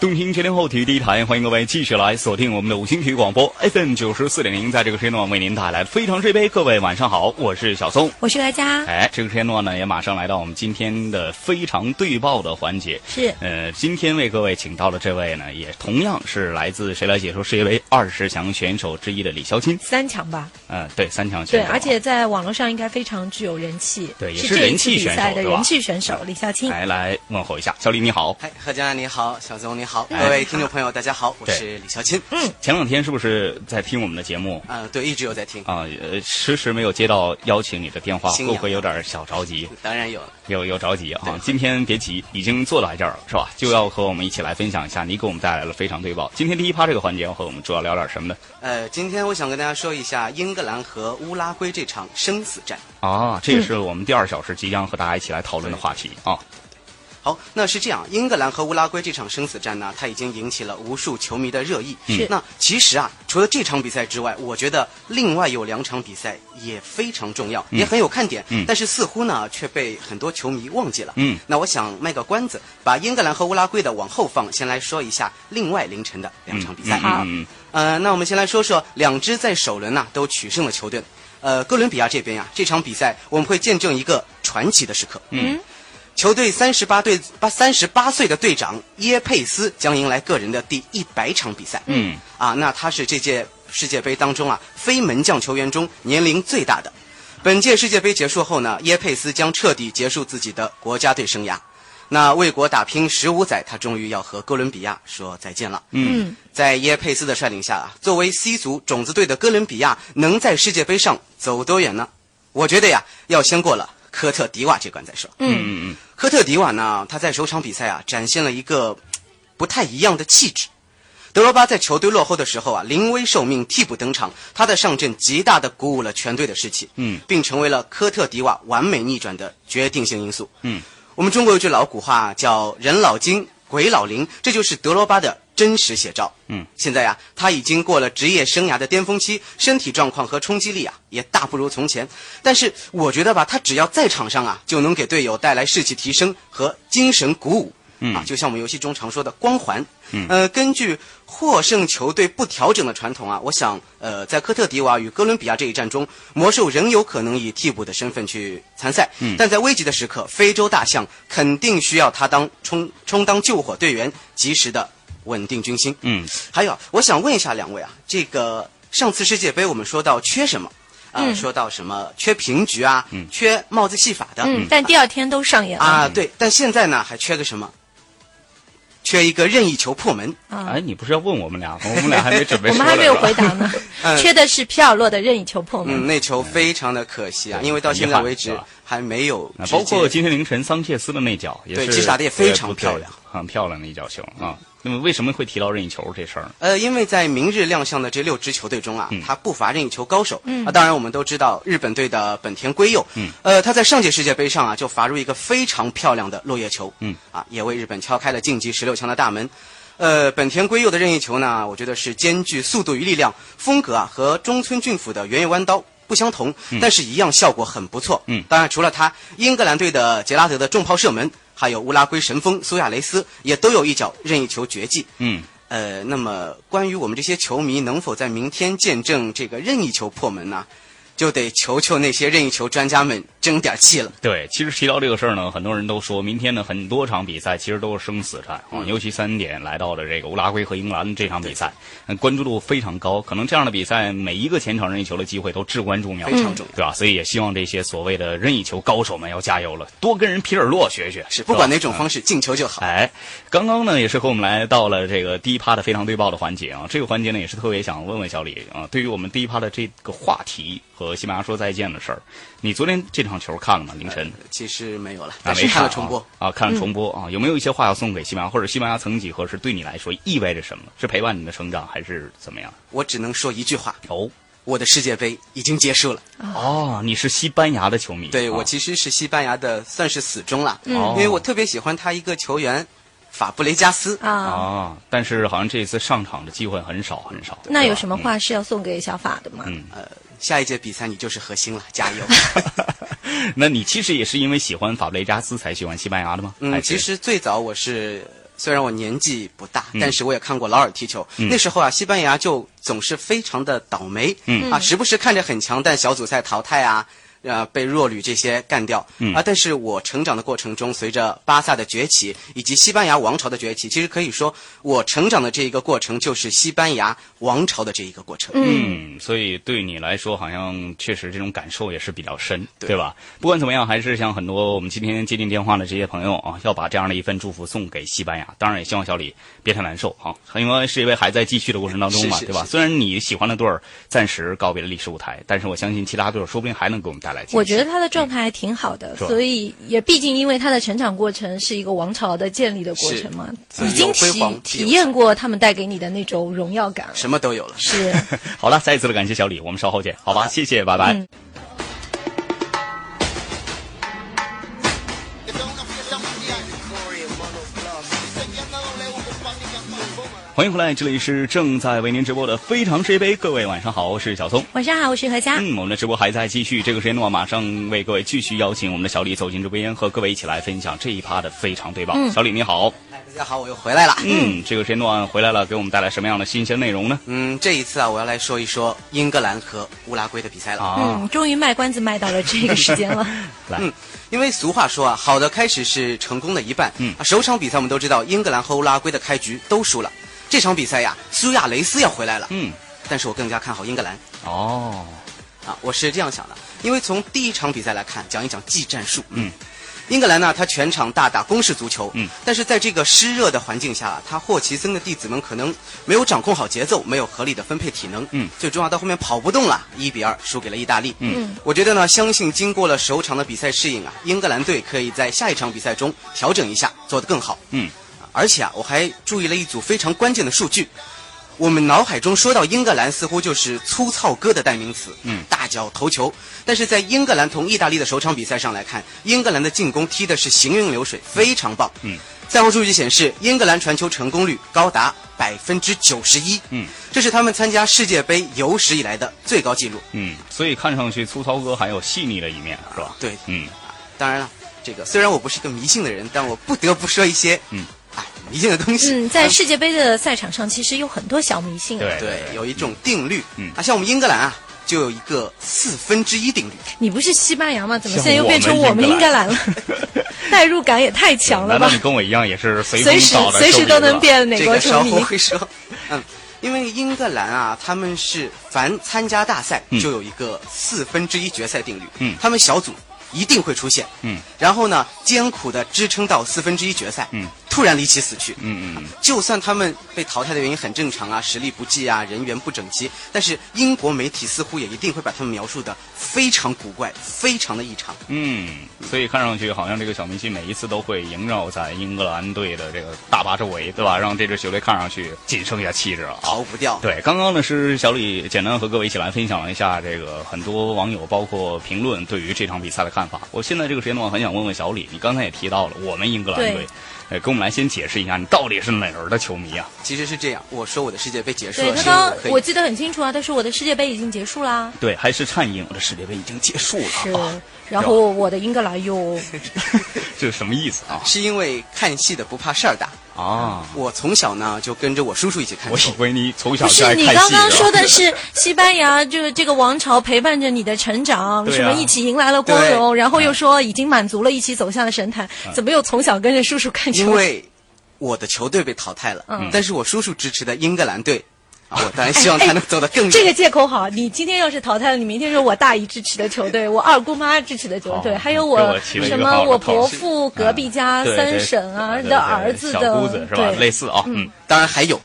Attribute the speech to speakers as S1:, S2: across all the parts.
S1: 动听七零后体育第一台，欢迎各位继续来锁定我们的五星体育广播 FM 九十四点零，在这个时间段为您带来非常这杯。各位晚上好，我是小松。
S2: 我是何佳，
S1: 哎，这个时间段呢，也马上来到我们今天的非常对报的环节。
S2: 是
S1: 呃，今天为各位请到的这位呢，也同样是来自《谁来解说世界杯》二十强选手之一的李霄钦。
S2: 三强吧？
S1: 嗯、对，三强选
S2: 对，
S1: 手啊。
S2: 而且在网络上应该非常具有人气，
S1: 对也
S2: 是
S1: 是
S2: 这一
S1: 人
S2: 次
S1: 气
S2: 比
S1: 选
S2: 赛
S1: 手
S2: 的
S1: 对吧哎
S2: 人气选手李孝钦。
S1: 来来问候一下，小李你好。
S3: 嗨，何佳你好，小宗你好，各位听众朋友大家好，我是李小钦。嗯，
S1: 前两天是不是在听我们的节目？
S3: 啊，对，一直有在听，
S1: 啊，呃，迟迟没有接到邀请你的电话，会
S3: 心
S2: 啊
S1: 不
S3: 痒
S1: 会有点小着急？
S3: 当然有了。
S1: 有有着急啊
S3: 对！
S1: 今天别急，已经坐到这儿了，是吧？就要和我们一起来分享一下，你给我们带来了非常对报。今天第一趴这个环节，要和我们主要聊点什么呢？
S3: 呃，今天我想跟大家说一下英格兰和乌拉圭这场生死战。
S1: 啊，这也是我们第二小时即将和大家一起来讨论的话题啊。
S3: 好，那是这样，英格兰和乌拉圭这场生死战呢，它已经引起了无数球迷的热议。
S2: 是
S3: 那其实啊，除了这场比赛之外，我觉得另外有两场比赛也非常重要，也很有看点。
S1: 嗯
S3: 但是似乎呢，却被很多球迷忘记了。
S1: 嗯
S3: 那我想卖个关子，把英格兰和乌拉圭的往后放，先来说一下另外凌晨的两场比赛。
S2: 好
S1: 嗯嗯
S3: 呃，那我们先来说说两支在首轮呐都取胜的球队。呃，哥伦比亚这边呀、这场比赛我们会见证一个传奇的时刻。
S1: 嗯，
S3: 球队三十八队八三十八岁的队长耶佩斯将迎来个人的第一百场比赛。
S1: 嗯，
S3: 啊，那他是这届世界杯当中啊非门将球员中年龄最大的。本届世界杯结束后呢，耶佩斯将彻底结束自己的国家队生涯。那为国打拼十五载，他终于要和哥伦比亚说再见了。
S2: 嗯，
S3: 在耶佩斯的率领下啊，作为 C 组种子队的哥伦比亚能在世界杯上走多远呢？我觉得呀，要先过了科特迪瓦这关再说。
S1: 嗯嗯
S3: 科特迪瓦呢，他在首场比赛啊，展现了一个嘖不太一样的气质。德罗巴在球队落后的时候啊，临危受命替补登场，他的上阵极大的鼓舞了全队的士气，
S1: 嗯，
S3: 并成为了科特迪瓦完美逆转的决定性因素。
S1: 嗯，
S3: 我们中国有句老古话叫“人老精，鬼老灵”，这就是德罗巴的真实写照。
S1: 嗯，
S3: 现在呀、他已经过了职业生涯的巅峰期，身体状况和冲击力啊也大不如从前。但是我觉得吧，他只要在场上啊，就能给队友带来士气提升和精神鼓舞。
S1: 嗯
S3: 啊，就像我们游戏中常说的光环。
S1: 嗯
S3: 呃，根据获胜球队不调整的传统啊，我想，呃，在科特迪瓦与哥伦比亚这一战中，魔兽仍有可能以替补的身份去参赛。
S1: 嗯
S3: 但在危急的时刻，非洲大象肯定需要他当充充当救火队员，及时的稳定军心。
S1: 嗯
S3: 还有啊，我想问一下两位啊，这个上次世界杯我们说到缺什么？啊、
S2: 嗯
S3: 说到什么缺平局啊，
S1: 嗯
S3: 缺帽子戏法的，
S2: 嗯，但第二天都上演了
S1: 哎
S3: 啊，对，但现在呢还缺个什么？缺一个任意球破门。
S1: 嗯。
S2: 啊
S1: 哎，！你不是要问我们俩吗？我们俩还没准 备
S2: 我
S1: 说呢，
S2: 们还没有
S1: 是吧
S2: 回答 呢，
S3: 嗯
S2: 缺的是皮尔洛的任意球破
S3: 嗯，
S2: 门。
S3: 那球非常的可惜啊，
S1: 对
S3: 因为到现在为
S1: 很遗
S3: 止
S1: 憾是吧
S3: 还没有
S1: 啊
S3: 直
S1: 包括
S3: 接
S1: 今天凌晨桑切斯的那脚也是，
S3: 对其实打得也非常漂亮
S1: 对，很漂亮的一脚球啊。那么为什么会提到任意球这事儿呢？
S3: 呃，因为在明日亮相的这六支球队中啊，
S1: 嗯
S3: 他不乏任意球高手。
S2: 嗯
S3: 啊，当然我们都知道日本队的本田圭佑。
S1: 嗯，
S3: 呃，他在上届世界杯上啊，就罚入一个非常漂亮的落叶球。
S1: 嗯，
S3: 啊，也为日本敲开了晋级十六强的大门。呃，本田圭佑的任意球呢，我觉得是兼具速度与力量，风格啊和中村俊辅的圆月弯刀。不相同，但是一样效果很不错。
S1: 嗯
S3: 当然除了他，英格兰队的杰拉德的重炮射门，还有乌拉圭神锋苏亚雷斯也都有一脚任意球绝技。
S1: 嗯，
S3: 呃，那么关于我们这些球迷能否在明天见证这个任意球破门呢、就得求求那些任意球专家们争点气了。
S1: 对，其实提到这个事儿呢，很多人都说，明天呢很多场比赛其实都是生死战啊、
S3: 嗯
S1: 尤其三点来到的这个乌拉圭和英格兰这场比赛，嗯关注度非常高。可能这样的比赛，每一个前场任意球的机会都至关重要，
S3: 非常重要
S1: 对吧？所以也希望这些所谓的任意球高手们要加油了，多跟人皮尔洛学学，
S3: 是，
S1: 吧
S3: 不管哪种方式，进球就好。
S1: 哎，刚刚呢也是和我们来到了这个第一趴的非常对报的环节啊。这个环节呢也是特别想问问小李啊，对于我们第一趴的这个话题和西班牙说再见的事儿，你昨天这场球看了吗？凌晨？
S3: 呃其实没有了，
S1: 啊
S3: 但是
S1: 嗯没
S3: 看
S1: 看
S3: 了重播。
S1: 啊，啊看了重播啊，有没有一些话要送给西班牙，或者西班牙曾几何时对你来说意味着什么？是陪伴你的成长，还是怎么样？
S3: 我只能说一句话：
S1: 哦
S3: 我的世界杯已经结束了。
S1: 哦，你是西班牙的球迷，
S3: 对
S1: 啊
S3: 我其实是西班牙的算是死忠了，
S1: 哦
S3: 因为我特别喜欢他一个球员法布雷加斯。
S2: 啊，
S1: 啊，但是好像这次上场的机会很少很少。
S2: 那
S1: 对吧
S2: 有什么？话是要送给小法的吗？
S1: 嗯
S3: 下一届比赛你就是核心了，加油！
S1: 嗯那你其实也是因为喜欢法布雷加斯才喜欢西班牙的吗？还
S3: 嗯，
S1: 是
S3: 其实最早我是虽然我年纪不大，
S1: 嗯
S3: 但是我也看过劳尔踢球。那时候啊，西班牙就总是非常的倒霉，
S1: 嗯
S3: 啊，时不时看着很强，但小组赛淘汰啊，呃，被弱旅这些干掉、
S1: 嗯
S3: 啊。但是我成长的过程中，随着巴萨的崛起以及西班牙王朝的崛起，其实可以说我成长的这一个过程就是西班牙王朝的这一个过程。
S2: 嗯，
S1: 嗯，所以对你来说，好像确实这种感受也是比较深，
S3: 对
S1: 对吧？不管怎么样，还是像很多我们今天接进电话的这些朋友啊，要把这样的一份祝福送给西班牙。当然，也希望小李别太难受啊，因为是因为还在继续的过程当中嘛，
S3: 是是
S1: 对吧？
S3: 是
S1: 虽然你喜欢的队儿暂时告别了历史舞台，但是我相信其他队儿说不定还能给我们带来惊喜。
S2: 我觉得他的状态还挺好的，
S1: 是吧
S2: 所以也毕竟因为他的成长过程是一个王朝的建立的过程嘛，
S3: 是
S2: 已经
S3: 有辉
S2: 体
S3: 煌必有
S2: 体验过他们带给你的那种荣耀感了。
S3: 什么都有了。
S1: 嗯
S2: 是，
S1: 好了，再一次的感谢小李，我们稍后见，好吧？谢谢，拜拜。
S2: 嗯
S4: Esta es una fiesta mundial. Enseñando a W con pan y Campbell.
S1: 欢迎回来，这里是正在为您直播的《非常是一杯》，各位晚上好，我是小松。
S2: 晚上好，我是何佳。
S1: 嗯，我们的直播还在继续，这个时间段马上为各位继续邀请我们的小李走进直播间，和各位一起来分享这一趴的非常对报。小李你好，
S3: 哎，大家好，我又回来了。
S1: 嗯，这个时间段回来了，给我们带来什么样的新鲜内容呢？
S3: 嗯，这一次啊，我要来说一说英格兰和乌拉圭的比赛了。
S1: 啊，
S2: 嗯，终于卖关子卖到了这个时 间了。
S1: 来，
S3: 嗯，因为俗话说啊，好的开始是成功的一半。嗯，啊，首场比赛我们都知道，英格兰和乌拉圭的开局都输了。这场比赛呀，苏亚雷斯要回来了。
S1: 嗯，
S3: 但是我更加看好英格兰
S1: 哦，
S3: 啊，我是这样想的，因为从第一场比赛来看，讲一讲技战术。嗯，英格兰呢，他全场大打攻势足球。
S1: 嗯，
S3: 但是在这个湿热的环境下啊，他霍奇森的弟子们可能没有掌控好节奏，没有合理的分配体能。
S1: 嗯，
S3: 最终啊，到后面跑不动了，一比二输给了意大利。嗯，我觉得呢，相信经过了首场的比赛适应啊，英格兰队可以在下一场比赛中调整一下，做得更好。
S1: 嗯，
S3: 而且啊，我还注意了一组非常关键的数据。我们脑海中说到英格兰，似乎就是粗糙哥的代名词，
S1: 嗯
S3: 大脚头球。但是在英格兰同意大利的首场比赛上来看，英格兰的进攻踢的是行云流水，非常棒。
S1: 嗯，
S3: 赛后数据显示，英格兰传球成功率高达百分之九十一，
S1: 嗯，
S3: 这是他们参加世界杯有史以来的最高纪录。
S1: 嗯，所以看上去粗糙哥还有细腻的一面，是吧？
S3: 对
S1: 嗯，
S3: 当然了，这个虽然我不是一个迷信的人，但我不得不说一些，
S1: 嗯，
S3: 哎，迷信的东西。
S2: 嗯，在世界杯的赛场上，其实有很多小迷信啊。
S1: 对
S3: 对，有一种定律，
S1: 嗯
S3: 啊，像我们英格兰啊，就有一个四分之一定律。
S2: 你不是西班牙吗？怎么
S1: 像
S2: 现在又变成
S1: 我
S2: 我
S1: 们
S2: 们
S1: 英
S2: 英
S1: 格
S2: 格
S1: 兰
S2: 兰了？ 代入感也太强了
S1: 难道
S2: 吧
S1: 你！跟我一样也是随
S2: 随
S1: 风
S2: 时
S1: 倒的
S2: 随时都能变美
S3: 这
S2: 国
S3: 个
S2: 球
S3: 稍
S2: 迷
S3: 后。会说。嗯，因为英格兰啊，他们是凡参加大赛就有一个四分之一决赛定律，
S1: 嗯
S3: 他们小组一定会出现，
S1: 嗯，
S3: 然后呢，艰苦的支撑到四分之一决赛，
S1: 嗯，
S3: 突然离奇死去，
S1: 嗯嗯嗯
S3: 就算他们被淘汰的原因很正常啊，实力不济啊，人员不整齐，但是英国媒体似乎也一定会把他们描述的非常古怪，非常的异常。
S1: 嗯，所以看上去好像这个小明星每一次都会萦绕在英格兰队的这个大巴周围，对吧？让这支球队看上去仅剩下气质了。
S3: 逃不掉，
S1: 对，刚刚呢是小李简单和各位一起来分享了一下这个很多网友包括评论对于这场比赛的看法。我现在这个时间段很想问问小李，你刚才也提到了我们英格兰队
S2: 对，
S1: 呃，跟我们来先解释一下，你到底是哪儿的球迷啊？
S3: 其实是这样。我说我的世界杯结束
S2: 对
S3: 了，
S2: 他
S3: 是因为
S2: 刚
S3: 我可以
S2: 我记得很清楚啊，他说我的世界杯已经结束啦。
S1: 对，还是颤音，我的世界杯已经结束
S2: 是
S1: 了啊，，
S2: 然后我的英格兰又
S1: 这什么意思啊？
S3: 是因为看戏的不怕事儿大。
S1: 啊，
S3: 我从小呢就跟着我叔叔一起看
S1: 我
S3: 球
S1: 以，为你从小
S2: 不
S1: 就是爱
S2: 你
S1: 看
S2: 刚
S1: 戏
S2: 刚
S1: 是吧
S2: 说的是西班牙，就是这个王朝陪伴着你的成长，
S1: 对啊
S2: 什么一起迎来了光荣，然后又说已经满足了，一起走向了神坛，
S1: 啊
S2: 怎么又从小跟着叔叔看
S3: 因
S2: 球？
S3: 为我的球队被淘汰了，
S2: 嗯
S3: 但是我叔叔支持的英格兰队，啊，我当然希望他能走得更
S2: 哎
S3: 远。
S2: 这个借口好，你今天要是淘汰了，你明天说我大姨支持的球队，我二姑妈支持的球队，
S1: 好
S2: 还有
S1: 给我起了一个
S2: 什
S1: 好
S2: 么
S1: 的
S2: 我
S1: 头
S2: 伯父、隔壁家、
S1: 对
S2: 三
S1: 对
S2: 婶啊
S1: 对对
S2: 的儿子
S1: 小姑
S2: 的
S1: 子，是吧？类
S2: 对，
S1: 似啊，嗯，
S3: 当然还有，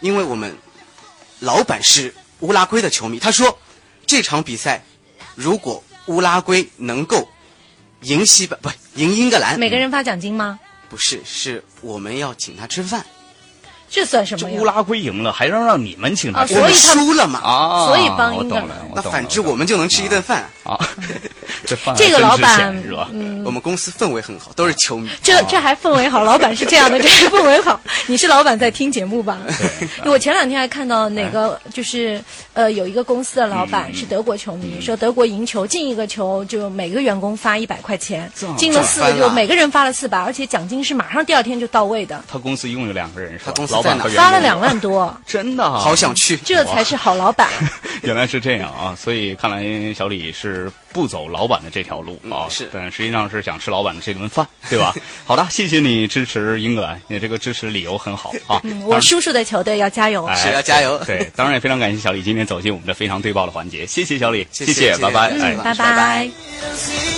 S3: 因为我们老板是乌拉圭的球迷，他说这场比赛如果乌拉圭能够赢西班不赢英格兰，
S2: 每个人发奖金吗？
S3: 不是是我们要请他吃饭。
S2: 这算什
S1: 这
S2: 么
S1: 乌
S2: 呀？
S1: 拉 圭赢了，还让让你们请他
S2: 啊
S1: 吃
S2: 所以
S3: 我们
S2: 他们
S3: 输了嘛，
S1: 啊？
S2: 所以帮
S1: 我
S2: 英格
S1: 懂
S2: 兰
S1: 了，我
S3: 那
S1: 懂
S3: 反
S1: 了
S3: 之我们就能吃一顿饭。
S1: 啊， 这饭还
S2: 这个
S1: 真
S2: 老
S1: 值
S2: 板嗯
S1: 钱是啊吧？
S3: 我们公司氛围很好，都是球迷。
S2: 这这还氛围好，老板是这样的，这还氛围好。你是老板在听节目吧？ 我前两天还看到哪
S1: 哎
S2: 个就是呃有一个公司的老
S1: 嗯
S2: 板是德国球迷，说德国赢球进一个球就每个员工发一百块钱
S1: 这，
S2: 进了四个
S3: 这翻
S2: 就
S3: 了
S2: 每个人发了四百，而且奖金是马上第二天就到位的，
S1: 他公司一共有两个人是吧？
S3: 他公司
S1: 老板
S3: 在哪
S1: 和员
S2: 发了
S1: 工
S2: 两万多，
S1: 真的啊
S3: 好想去，
S2: 这才是好老板。
S1: 原来是这样啊，所以看来小李是不走老板的这条路啊，
S3: 嗯是
S1: 但实际上是想吃老板的这顿饭，对吧？好的，谢谢你支持英格兰，你这个支持理由很好啊。
S2: 嗯我叔叔的球队要加油。
S1: 哎
S3: 是要啊加油
S1: 对，当然也非常感谢小李今天走进我们的非常对报的环节，谢谢小李，
S3: 谢谢
S1: 谢，拜拜，
S3: 谢谢
S1: 哎
S2: 嗯，
S3: 老师
S2: 拜
S3: 拜拜
S2: 拜。
S4: See